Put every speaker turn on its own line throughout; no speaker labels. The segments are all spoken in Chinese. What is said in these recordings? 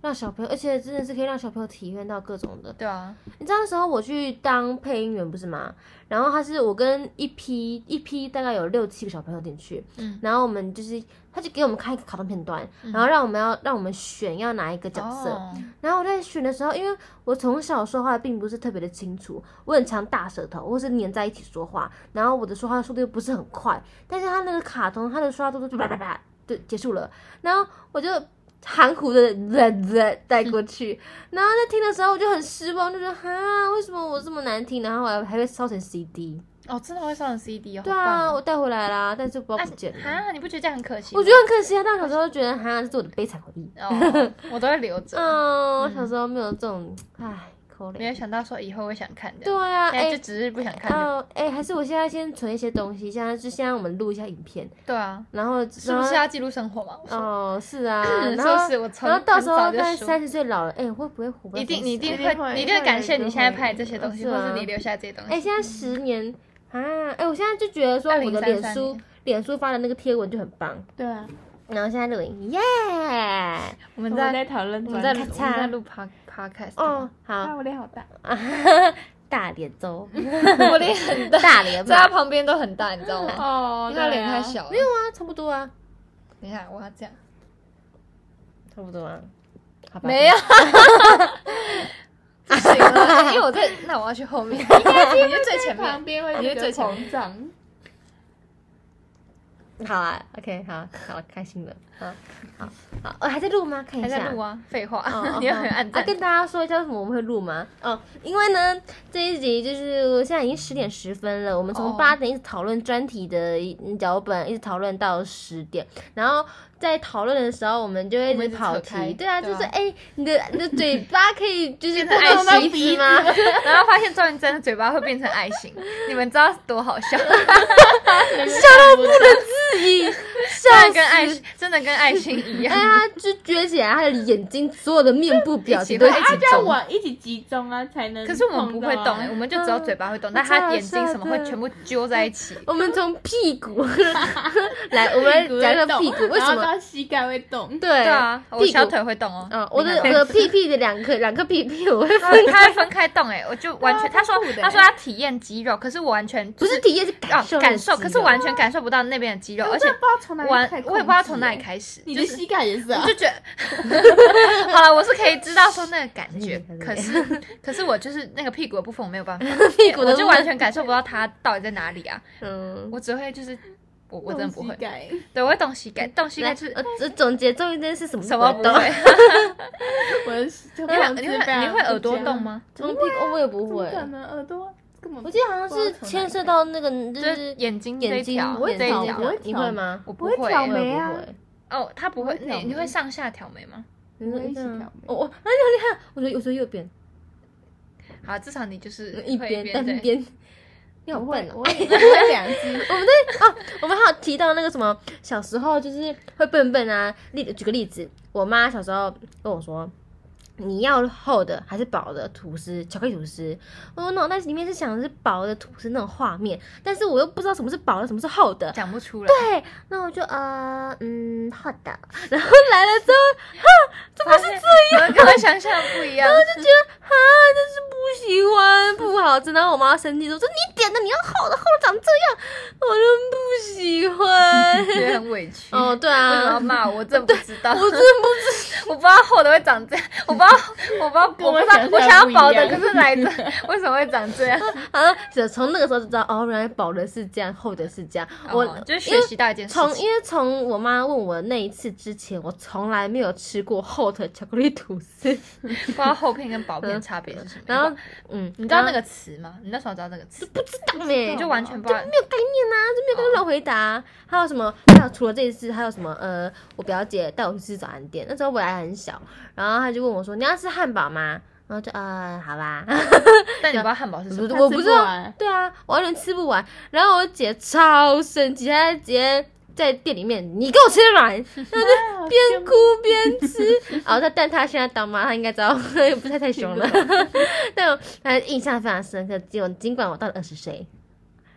让小朋友，而且真的是可以让小朋友体验到各种的。
对啊，
你知道那时候我去当配音员不是吗？然后他是我跟一批一批大概有六七个小朋友进去，
嗯
然后我们就是他就给我们看一个卡通片段，然后让我们要让我们选要哪一个角色。
哦
然后我在选的时候，因为我从小说话并不是特别的清楚，我很常大舌头，或是粘在一起说话，然后我的说话速度又不是很快，但是他那个卡通，他的说话速度就叭叭叭就结束了，然后我就含糊的啧啧带过去，然后在听的时候我就很失望，就觉得哈，为什么我这么难听？然后还还会烧成 CD，
哦，真的会上 CD 哦。
对
好棒
啊，
哦
我带回来啦，但是不知道
那
不见了，
哈，你不觉得这样很可惜
啊
吗？
我觉得很可惜啊，但小时候觉得哈，这是我的悲惨回忆，
哦，我都会留着。
嗯，我
嗯
小时候没有这种，唉，可怜
没。有想到说以后会想看的，
对啊，
现在
哎、
就只是不想看就。
哦，哎、还是我现在先存一些东西，现在就现在我们录一下影片，
对啊，
然后
是不是？
然
要记录生活嘛？
后
我说，，
哦，是啊然
说
后
是我从
然后到时候
很早
在
就说
三。十岁老了，哎、会不会活不到
一定，
30
你一定
啊
一定
会，
会
你一
一
定
定
会
会
感谢你现在
一定会
拍这些东西，
是
或
啊
是你留下这些东
哎、
西。
现在十年啊，哎、我现在就觉得说我的脸
2033
书
年
脸书发的那个贴文就很棒，
对啊，
然后现在录影，耶、
我
我
们
们
在
在讨论
我
专
们
题，
在咔
我们
嚓
在录 pod podcast
哦
吗。，
啊，
好，
我脸好大，
大脸 周，
我脸 很大，
大脸
在他
嘛，
旁边都很大，你知道 吗？
哦
因为他脸太，小了。
没有啊，差不多啊，
等一下，我要这样。
差不多啊，好吧，
没 有，不行了，因为我在，那我要去 后面，应该是因为最前面
旁。边会
你
觉
是最
得
前面
膨胀，
好啊，OK，好，好，开心了，好，好，好，哦，还在录吗？看一
还
下，
在录啊，废 话，
哦。哦，
你要很暗
好啊
赞。
跟大家说一下为什么我们会录吗？哦，因为呢，这一集就是现在已经十点十分了，我们
哦
从八点一直讨论专题的脚本，一直讨论到十点，然后在讨论的时候，我们就会
我们
一
一
直
直
跑
扯
题。
开
对啊，
对
就
啊
是哎，你的你的嘴巴可以就是
变成爱
碰到
心
鼻子吗？
然后发现赵云真的嘴巴会变成爱 心，你们知道多好笑？
笑到不能，
自 己
真
笑
的跟爱
死
心，真的跟爱心一
哎，
样。
他就撅起来，他的眼睛所有的面部表情都
一起啊
集
他啊就要
中。
往一起集中啊，才能
可
碰
是
到
我
啊。
们不会动哎、我们就只有嘴巴会动，但他眼睛什么会全部揪在一起。
我们从屁 股来，我们讲讲屁股为什
然后
么？
到膝盖会动，
对
对啊，我
屁股
小腿会动哦。
嗯，我的
你
我
看
的屁屁的两颗两颗屁屁，我会
他
分，
他会分开动哎、我就完全
对
他
啊
说
超酷的欸
他说要体验肌肉，可是我完全
不
就是
体验是啊感
哦
受
感受，
肌
可是
肉
完全感受不到那边的肌肉，而且
哦我真的不知道从哪里
我
开始
我也不知道从哪里
控制欸
开始，
你
就
的
是
膝盖也是啊
我，就觉得， 好了，我是可以知道说那个感觉，可是可是我就是那个屁股的部分我没有办法，
屁股
我
的
就
部
完
分
全感受不到它到底在哪里啊，
嗯。
我只会就是我我真的不
动
会
膝，盖
对我会动膝盖，动膝
来，
盖就是
呃，这总结终于真是什么
什么
都
不
懂
会，
我的膝
你会你会你会耳朵动？吗？
从屁股我也不
怎么
会。
可能耳朵？根本
我记得好像是牵涉到那个，就
就是
是
眼睛这
眼
一
睛
条
眼
这一
睛
嗯我
条
会，
你
挑
会吗？
我不
我会挑
我
会
眉
欸
也
没啊
不会。
哦，他不会，
我会
你
挑
你会
眉
上下挑眉吗？
你
我会
会
一起
这样
挑眉
我我嗯哦那你看，我觉得有时候右边
好，至少你就是
一
会
边单
对
边，你好
我会
笨，哦
我！会我会两 只。
我们还有提到那个什么，小时候就是会笨笨啊。例举个例子，我妈小时候跟我说，你要厚的还是薄的吐司，巧克力吐司。我脑袋里面是想的是薄的吐司那种画面，但是我又不知道什么是薄的，什么是厚的。
讲不 出来，
对，那我就呃嗯厚的， 然后来了之后，
这不是这样，跟我想象的不一样。
哈，啊真是不喜欢，不好吃。然后我妈生气说：“说你点的你要厚的，厚的长这样，我就不喜欢。
觉得很委屈。
哦对啊
为什么要骂我？我真的不知道，我
我真的 不
我不知道厚的会长这 样，我不知道，我不知道，
跟我
不知道，
想象
我想要
不一
薄的，
样
可是来着，为什么会长这 样？
啊，就从那个时候就知道，哦，原来薄的是这样，厚的是这样。我、
哦就是学习到一件事
从
情，
因为从我妈问我那一次之前，我从来没有吃过厚的巧克力吐司。
不知道厚片跟薄片的差别是什么。
然后，嗯，
你知道那个词吗？你那时候知道那个词，
不知道没、
你
就
就完全不知道。
没有概念啊，就没有跟乱回答、还有什么？还有除了这一次，还有什么？呃，我表姐带我去吃早餐店，那时候我还很小，然后她就问我说：“你要吃汉堡吗？”然后就呃，好吧，
但你不知道汉堡是什
不是
么。
我不知道
她吃不完，
对啊，我完全吃不完。然后我姐超生气，她直接在店里面，你给我吃完，边哭边吃。然后她，但她现在当妈，她应该知道， 不太 太凶了。但我她印象非常深刻，尽尽管我到了二十岁，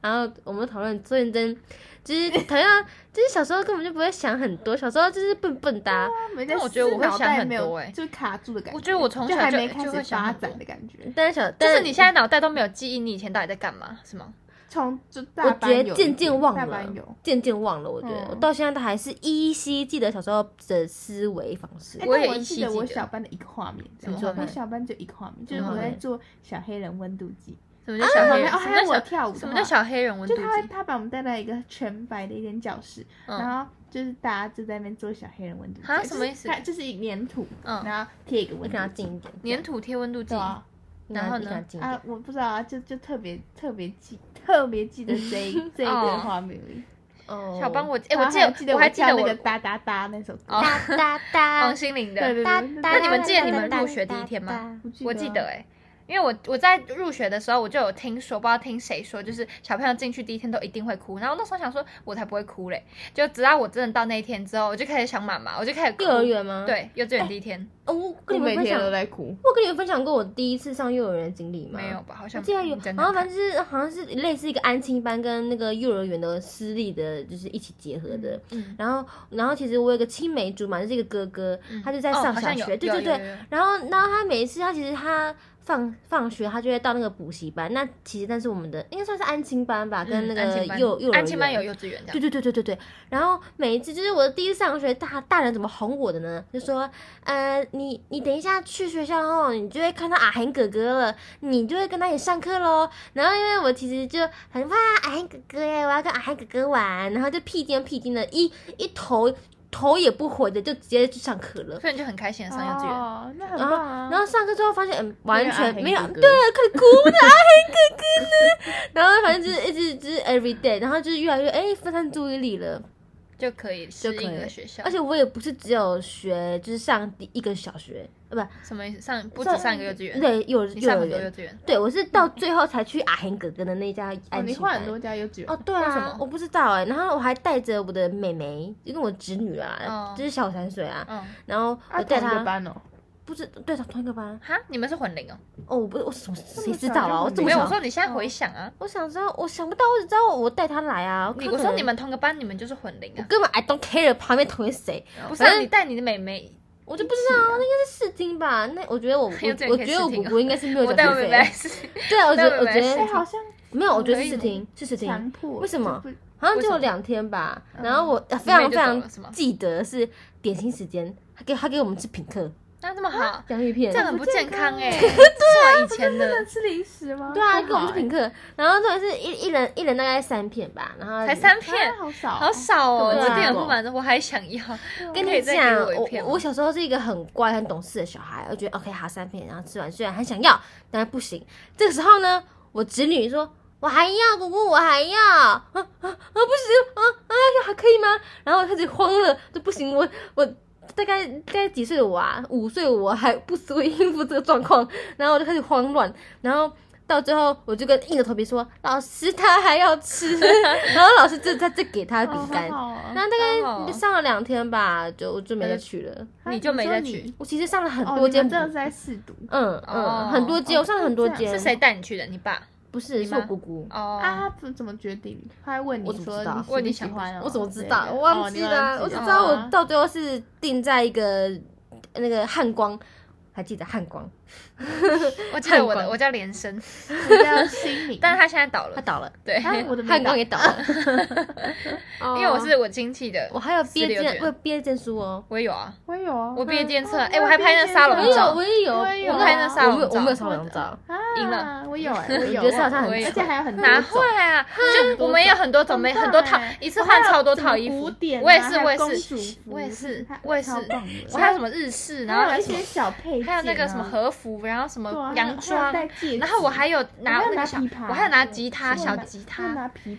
然后我们讨论做认真，就是 讨论，就是小时候根本就不会想很多，小时候就是笨笨啊哒、
没在
但我觉得我会
脑袋
想很
没有
多欸
就卡住的感觉。
我觉得我从小
就还
就
没开
就会
始
想
发
很多
展的感觉，
但是小，
就
但
是你现在脑袋都没有记忆，你以前到底在干嘛，是吗？
从就大
我
班
觉得
有
渐渐忘
大
了
班有，
渐渐忘了。我觉得、
嗯
我到现在都还是依稀记得小时候的思维方式
哎。
我
但
也
我
依稀
记得
记
我
得
小班的一个画面，这
什么
样
画
我
面
小班就一个画面，就是
什么
我
画
在
面
做小黑人温度计，
什么叫小
旁
黑
边
人？什
哦
么
还
叫
有我
小
跳舞的
什么叫
话
小黑人温度
就他会
计？
他把我们带到一个全白的一间教室，
嗯
然后就是大家就在那边做小黑人温度计，
哈
就是
什么意思
它就是粘土，
嗯，
然后贴一个
你
温
给它
度
近
计，
一点，
粘土贴温度计
对，啊，
你给它
然后
你给它
呢
近一点
啊，我不知道啊，就就特别特别记特别记得这一这一个画面而已。
哦
小帮
我
我，哎，
然
我
后
记
还
得我还记
跳
得
那
我
个哒哒哒那首歌，
哦
哒哒
王
哒
心凌
对
的，
对
哒
对，
哒。
那你们记得你们入学第一天吗
哒哒哒
我
我记得哎，因为我我在入学的时候我就有听说，不知道听谁说，就是小朋友进去第一天都一定会哭，然后那时候想说，我才不会哭嘞，就直到我真的到那一天之后，我就开始想妈妈，我就开始哭
幼儿园吗？，
对幼稚园第一天
哦，我
我
跟你们
每
分
天
享，
都在哭。
我跟你们分享过我第一次上幼儿园的经历吗？
没有。吧？好
哎我
像嗯
记得有，
真
然
的
后反正就是好像是类似一个安亲班跟那个幼儿园的私立的，就是一起结合的。
嗯，
然后，然后其实我有一个青梅竹马，就是一个哥哥，他就在
哦
上
好
小
像
学，
有
对对
有有
对
有有。
然后，然后他每一次他其实他放放学，他就会到那个补习班。那其实但是我们的应该算是安亲班吧，跟那
嗯安
个
亲班
幼幼儿园
安亲班有幼稚园这
对对
样，
对对对对，然后每一次就是我第一次上学，大大人怎么哄我的呢？就说，呃，你你等一下去学校后，你就会看到阿涵哥哥了，你就会跟他也上课喽。然后因为我其实就很哇，阿涵哥哥耶，我要跟阿涵哥哥玩，然后就屁颠屁颠的，一一头头也不回的就直接去上课了。
所以你就很开心的上幼稚园。
哦，那很
然
棒
后，
啊。
然后上课之后发现，嗯，完全没有，
阿黑哥哥
对，快哭我的阿黑哥哥呢？然 后反正就是一直就是 every day，然后就是越来越哎分散注意力了。
就可以适应了学校，
而且我也不是只有学，就是上第一个小学，呃，
什么意思？上不止上一个幼稚
不，
园，
对，幼儿
你
幼
上
儿
很多幼
园，
稚园，
对我是到最后才去阿恒哥哥的那家
哦，
安
你
亲
换
班。
很多家幼稚园
哦，，对
为什
啊
么，
我不知道哎、然后我还带着我的妹妹，因为我侄女啊，
哦
就是小我三岁啊，
嗯，
然后
啊，
我带
同一个
她，
班哦。
不是对她同一个班。
哈，你们是混龄哦？
哦，我不我什么谁
么
知
小
道
就
啊？我
混
怎么
没有，我
想
说你现在回想啊，
我想知道，我想不到，我只知道我带她来啊。
你
她
我
可
说
能
你们同个班，你们就是混龄
我
啊，
根本 I don't care 旁边同学谁，
不是啊你带你的妹妹，
我就不知道，啊那应该是试听吧？那我觉得我我
幼稚园
我
啊可
觉得
以试
我
听
姑
哦
姑应该是没有
我
交
带
学
我
费
妹妹来。是，
对啊，我觉得
那
我
我
觉
们
哎，好
得
像
没有，我觉得
可
是
以
试听是试听，
强迫。
为什么
这不
好像
为
就有
什么
两天吧。
嗯
然后我呃非
妹
常
就
非
走
常
了是吗
记得是点心时间，他给他给我们吃品客
那这么好，
洋芋片
这。样很不
不健
健
康
康哎，
欸
这是我以前
真的
的，
吃零食吗？
对啊，
不
给我们
好
吃品
欸
客，然后重点是一一人一人大概三片吧，然后
才三
欸
片
啊，，好哦少哦，
好少哦，
对啊
我店员不满的，我还想要，
跟
嗯可
你
以再
讲，
给我一片
我
吗
我小时候是一个很乖、很懂事的小孩，我觉得 OK 好三片，然后吃完虽然很想要，但是不行。这个时候呢，我侄女说。我还要，姑姑，我还要，啊啊啊！不行，啊啊，还可以吗？然后她就慌了，就不行，我我大概大概几岁的我啊？五岁我还不足以应付这个状况，然后我就开始慌乱，然后到最后我就跟硬着头皮说，老师他还要吃， 然后老师就他就给他饼干，
那
那大
哦
概上了两天吧，就就没再去了。
哎
你就没再去
我其实上了很
哦，
多
你
间
们
补，
真的是在试毒
嗯
哦
嗯，很多间，
哦
我上了很多
是这
间。
样
是谁？带你去的？你爸
不是，
你
是
妈
我姑姑。
哦
啊？他怎怎么决定？他还问
我
你
怎么
说
知道
你喜
问
不
你
喜欢哦？
我怎么知
之类
道？
的
我忘记了啊，
哦
我
你忘记
只
了
知道
哦
我到最后是定在一个那个汉光，还记得汉光，
我记得
汉
我的
光
我叫连生，
我叫心 灵，
但是他现在倒
他
了，
倒了，
对，
啊我的
汉光
没打
也倒了。哦
因为我是我亲戚的
我，还有毕业
私立幼
证
稚，园
我有毕业证书哦。
我也有啊，
我有啊，
我毕业监测，
嗯
哎，我还拍那沙
我
我
龙
也
也
有，
照
我，也有，
我也有
我
啊
拍
拍那沙
我没有，
龙
我没有
照，
上龙照。
啊
赢了，
我 有哎，我有，
觉得是好像
我
很
有而且还有很多
哪
种
会。啊？就是我们也有很多种，没
很
很
多
多
种
套
哎，
一次换超多套衣
古
服。
典啊，
我也是，
还有
我也
公
是，
主服
我也是
它，
我也是
超棒的
我还有什么日式，然后
还
还
有
有
一
什么
些小配件啊，
还有那个什么和服，然后什
对啊
么洋
还有还有
装，
戴戒指，
然后我还有拿
我还有
那
拿
个小
琵琶，
我还有拿吉他，
我
小
拿
吉
我
他，
拿琵琶，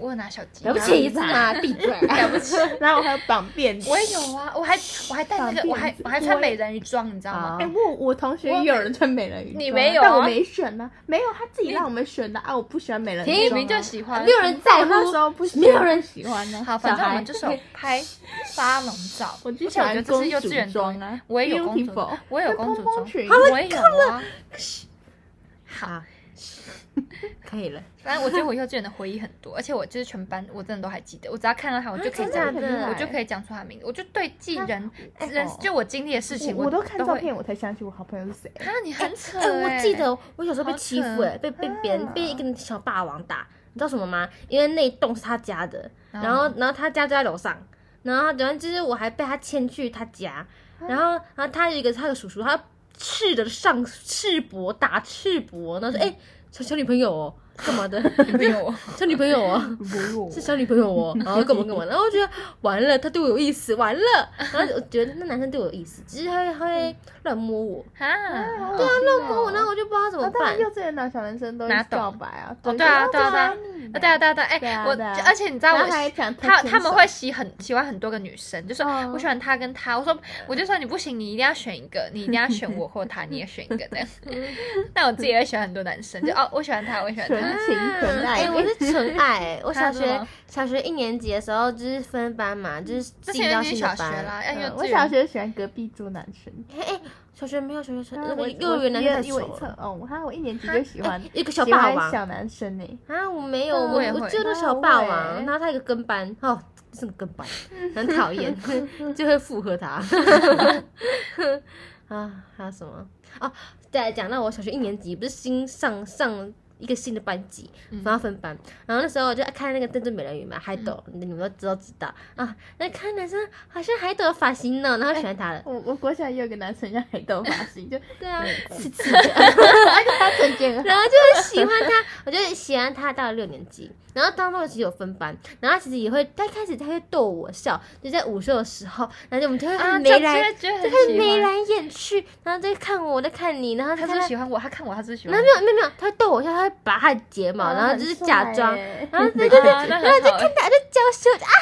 我有拿小吉
了不
他，
起，是嘛？闭嘴！
了不起，
然后我还有绑辫子。
我也有啊，我还我还带那
绑辫
个，我还
子
我还
我
穿
也
美人鱼装，你知道吗
好？
哎，我我同学
我
也有人穿美人鱼装啊，
你没有
但我
啊
没选呢，没有，他自己
你
让我们选的啊，我不喜欢啊美人鱼
停
装啊，
你明就喜欢，
没有人在
我
乎，
那时候不喜
没有人
喜欢啊呢。
好，
小
反正我
孩
们就是有拍沙龙照，
我
而
就
且我觉得
喜欢
这
公
是幼
主
稚园
装
东西
啊，
我也有公主
Beautiful
我也有公主啊
那蓬蓬
装
裙，
我也有啊。好，
可以了。
反正我觉得我幼稚园的回忆很多，而且我就是全班我真的都还记得，我只要看到他，我就可以
真
讲，
假
讲
的
我就可以讲出他名字，我就对记人
哎
人
哦
就我经历的事情，
我
都
都看照
会。
片我欸呃才想起我好朋友是谁。
啊，你很扯
哎、
哎！
我记得我小时候被
好
欺负、
扯
哎，被被别人被一
啊
个小霸王打，你知道什么吗？因为那一栋是他家的，
然
然后然后他家就在楼上，然后然后就是我还被他牵去他家，
嗯
然后然后他有一个他的叔叔，他斥着上赤膊打赤膊，
嗯
然后说哎、小小女朋友哦干嘛的，
没 有，
小女朋友哦。是小女朋友哦，然后干嘛干嘛，然后我觉得完了，他对我有意思，完了，然后我觉得那男生对我有意思，只是他会他会乱摸我，
哈，
对啊，
乱摸我，然后我就不知道怎么
那当
办
然，幼稚园男小男生都
哪
是
懂
告白啊，
哦对啊
就
对啊对
是
啊
抓你
啊对啊对啊对啊，
对
哎，
啊
我
对啊
而且你知道
然
我
后还讲
他
牵
他们
手
会喜很喜欢很多个女生，就说
哦
我喜欢他跟他，我说我就说你不行，你一定要选一个，你一定要选我或他，你也选一个这 样。但我自己也喜欢很多男生，就哦我喜欢他，我喜欢
纯
他，
情纯爱嗯
哎、我是纯爱、 我小
他是什
学
么
小学一年级的时候就是分班嘛，就是
这
进
些
到
已经
新的
小学
班。
啦，哎幼
嗯
稚
我小
园
学喜欢隔壁桌男生，
哎、哎小学没有小学生，
啊
那个
我
幼儿园男
我
生太
一位
熟
侧
了。
哦，我看我一年级就喜欢
哎一个小
喜
霸
欢
王
小男生呢。
啊，我没有，
嗯
我
我也会
我就那小霸王，然后他一个跟班，哦，这什么跟班，很讨厌，就会附和他。 啊，还有什么？哦，再讲到我小学一年级，不是新上上一个新的班级，然后分班，然后那时候我就看那个《珍珠美人鱼》嘛，海斗，你们都知道知道啊。那看男生好像海斗的发型呢，然后喜欢他了，
我我国小也有个男生叫海豆发型，就
对啊，
刺刺的，而且他整件很好
然后就是喜欢他，我就喜欢他到了六年级。然后当中其实有分班，然后他其实也会，他一开始他会逗我笑，就在午休的时候，然后我们 就会
啊，
很
就
眉
觉
来，
得觉得
就
很
会
喜
眉
欢。
来眼去，然后在看我，在看你，然后
他
看
是
他
喜欢我，他看我，他是喜
没
欢啊
有
我
没。有没有没有，他会逗我笑，他会拔他的睫毛，然后就是假装，然 后对对对，
啊那
然后
很
就
好
看他就娇羞啊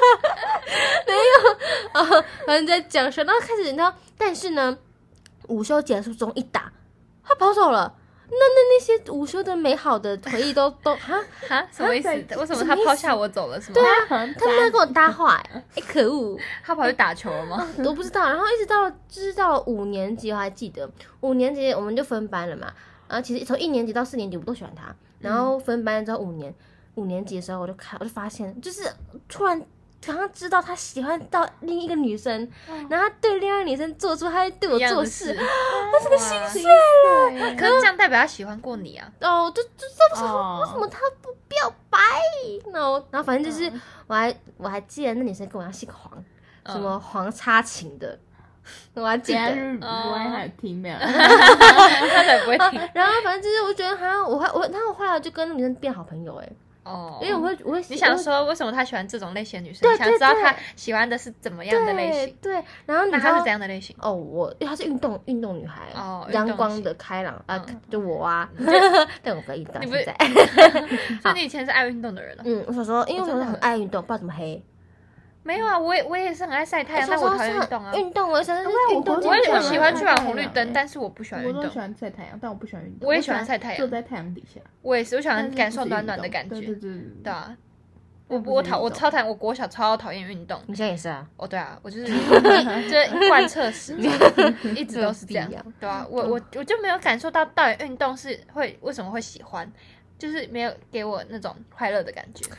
哈， 没有啊，反正在讲说，然后开始，然后但是呢，午休结束中一打，他跑走了。那那那些午休的美好的回忆都都哈，
啊，什么意思？
对
为什么
什
他
么意
抛
思啊
下我走了？是吗？
他很
他没有跟我搭话、欸，哎、可恶，
他跑去打球了吗？
我不知道。然后一直到了，就是到了五年级，我还记得五年级我们就分班了嘛。然后其实从一年级到四年级我都喜欢
嗯
他，然后分班之后五年五年级的时候我就看我就发现，就是突然好像知道他喜欢到另一个女生，然后他对另外一个女生做出他会对我
嗯一样
做
的
事
事，，他是个心
碎
碎。
了，
可是这样代表他喜欢过你啊！
哦，就就这不是
哦
为什么他不表白？然后然后反正就是
嗯
我还我还记得那女生跟我一样姓黄，
嗯
什么黄插琴的，我还记
竟然
得。
是
哦
我还有听没有？
他才不会
啊
听
然后反正就是，我觉得好像我会我，然后我后来就跟那女生变好朋友哎、
哦。
因为我会我会
你想
我会
说为什么他喜欢这种类型的女生？
对
想知道
对对
他喜欢的是怎么样的类
对
型？
对，然后你
那
知
他是
道
怎样的 类型？
哦，我因为她是运动运动女孩，
哦运动
阳光
型
的开朗啊、
嗯
就我 啊，但我不要运动
你不
现在。
所以你以前是爱运动的人了？
嗯，我小时候因为我
我
小时
真
候
的
很
很
爱运动，不知道怎么黑。
没有啊，我也我也是很爱晒太
我
阳，
小
但
时
我
候
讨
是
厌运动啊
很。运动，我小时候
因为
是
我
运动
国
健
我也
将
我
啊。
喜欢去玩
太
红绿
阳
灯
哎
欸，
但是我不喜欢
我
运
都喜
动。
欢晒太阳，但我不喜欢运动。
我也
喜
喜欢晒太
坐
阳，
在太阳底下，
我也是，我喜
但
欢
是
感
不
受
是
暖
运
暖的
动
感
对对
觉。
对对
对啊，
但
我
不
我
是
讨
运
我
动
超讨厌，我国小超讨厌运动。
你现在也是啊？
哦，对啊，我就是 就是贯彻始终，一直都是这样
没有必要。
对
嗯
啊，我我我就没有感受到到底运动是会为什么会喜欢，就是没有给我那种快乐的感觉。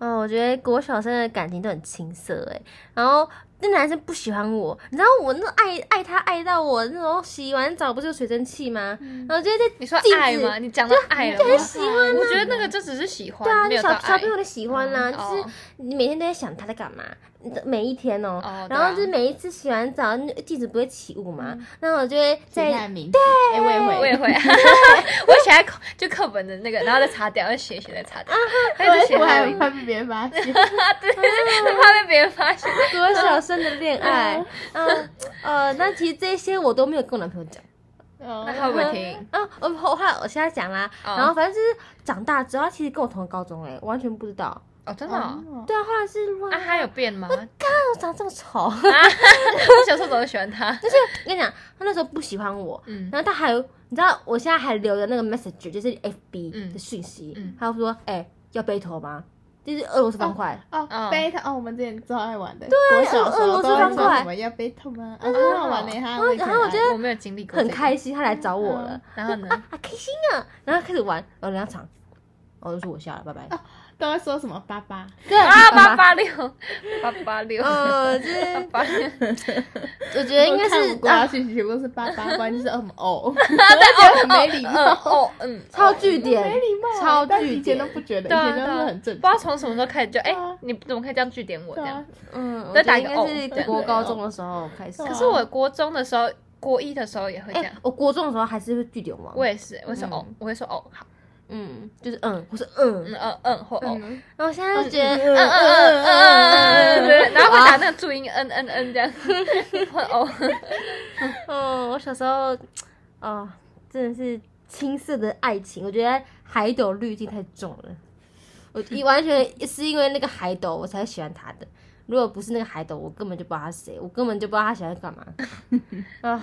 哦，我觉得国小生的感情都很青涩哎，然后那男生不喜欢我，你知道我那种爱爱他爱到我那时候洗完澡不是有水蒸气吗？然后就会在
你说
禁
爱
止
吗？你讲到
啊
爱嗯了
就很
吗？
喜欢
我觉得那
嗯
个就只是喜欢，
对啊，
没
就
有到
小
爱。
小朋友的喜欢啦、就是
哦
你每天都在想他在干嘛，每一天哦、
哦对
然
啊嗯
后就是每一次洗完澡，那镜子不会起雾嘛，那我就会
在
在。
名对，哎，我也会，
我也会， 我写在课就课本的那个，然后再擦掉，再写一写再擦掉，
啊我
还
也
是写
我
他
还
的名字，
怕被别人发现，
怕被别人发现。
国小生的恋 爱，嗯呃，那其实这些我都没有跟我男朋友讲
那
那
他会不会听？
啊，我我后来我现在讲啦，
哦
然后反正就是长大之后，他其实跟我同个高中哎、完全不知道。
哦，真的哦。
对啊，后来是乱
啊，他有变吗？
我长这么丑，
我小时候怎么喜欢他？
就是跟你讲，他那时候不喜欢我，
嗯，
然后他还有，你知道我现在还留着那个 message，就是 FB
嗯
的讯息，
嗯
他就说，哎、要背头吗？就是俄罗斯方块。
哦
嗯
贝塔哦，我们之前超爱玩的，对
啊
小时
俄
候
罗斯
都会
方
说
块
什么要贝塔吗？啊，很好玩嘞，哈，
然后我觉得
我嗯没有经历过、
很开，心，他来找我了，
然后呢？
啊，开心啊！然后开始玩，然后两场，哦，就是我下了，拜拜。
都会说什么爸爸，
对
啊，
拜拜。
八八六，八八六，
呃，就是
八六，
我觉得应该
我看
是
五瓜
啊，
讯息不是爸爸，不然就是嗯哦，我很没礼
嗯
貌，
哦嗯，
超据点，
没礼貌，
超
但
据
以前
点
都不觉得，
对啊
以
对啊
前都是很正
不知道
常，
从什么时候开始就哎、
对啊
你怎么可以这样据点我这
对
样
啊？，
嗯，我
再
觉
打
得
一
应
个
该是
哦
国
对
高中的时候开始。
对啊
可是我国中的时候，国一的时候也会这
哎
样，，
我国中的时候还是会据点王
我，也是，我是
嗯
哦，我会说哦好，
嗯，就是嗯，我是嗯
嗯，嗯嗯或哦。
嗯
然后我现在就觉得
嗯
嗯嗯嗯嗯嗯，对，然后会打那个注音嗯嗯嗯这样，会哦，
嗯，我小时候，哦，真的是青涩的爱情，我觉得海斗滤镜太重了。我一完全是因为那个海斗我才喜欢他的，如果不是那个海斗，我根本就不知道他是谁，我根本就不知道他喜欢干 嘛。啊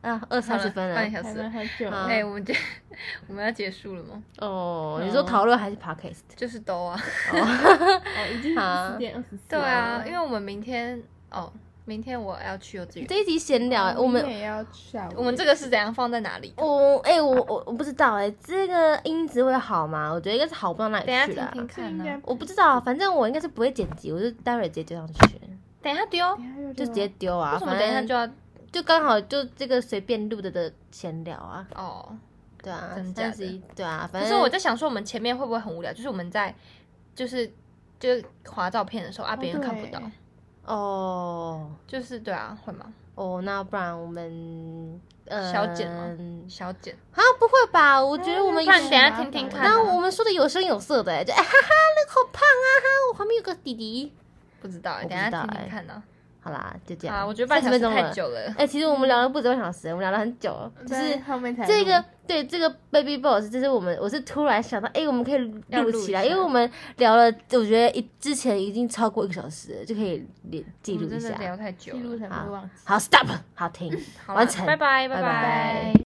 啊，二三十分了
半小
还
时
蛮。好久
啊
哎，我们这 我们要结束了吗？
哦！你说讨论还是 podcast？
就是都啊，
哦，
哦，已经
好
十点二十四，
对啊，因为我们明天哦，明天我要去幼稚园。
这一集闲聊、我们
明天也要下午，
我们这个是怎样放在哪里？
我哎、我我我不知道哎、这个音质会好吗？我觉得应该是好不到哪里
等一下
去
听
啦。
听
这
看啊
应
呢、
该
我不知道，反正我应该是不会剪辑，我就待会儿直接丢上去，
等一下丢，
等一下又
就直接丢啊。
啊为什么
反
等一下
正
就要？
就刚好就这个随便录的的闲聊啊，
哦，
对啊
真，的假
三
的
十一对啊，反
可
正
是我在想说，我们前面会不会很无聊？就是我们在就是就是划照片的时候啊，
哦
别人看不到
对，
哦
就是对啊，会吗？
哦，那不然我们呃
小剪吗
嗯
小姐，
啊，不会吧？我觉得我们
不然
有
等一下听听看啊
然后我们说的有声有色的、就哎哈哈，那个好胖啊哈，我旁边有个弟弟。
不知道
我
欸，
不
等一下
知道
听
欸
听看呢。
好啦，就这样。
啊，我觉得半小
30
时
分钟
太
了。
久了
哎、。其实我们聊了不止半小时，我们聊了很久了，就
在
是
后面才
这
录
个对这个 Baby Boss，这是我们我是突然想到，哎、我们可以
要
录
录
起
一
来，
下
因为我们聊了，我觉得一之前已经超过一个小时了，就可以连记
我
录一
们嗯真的
下。
聊太久
记录
了。
才不会忘记。
好，Stop，好停，
好啦
完成，
拜拜，
拜
拜
拜
拜。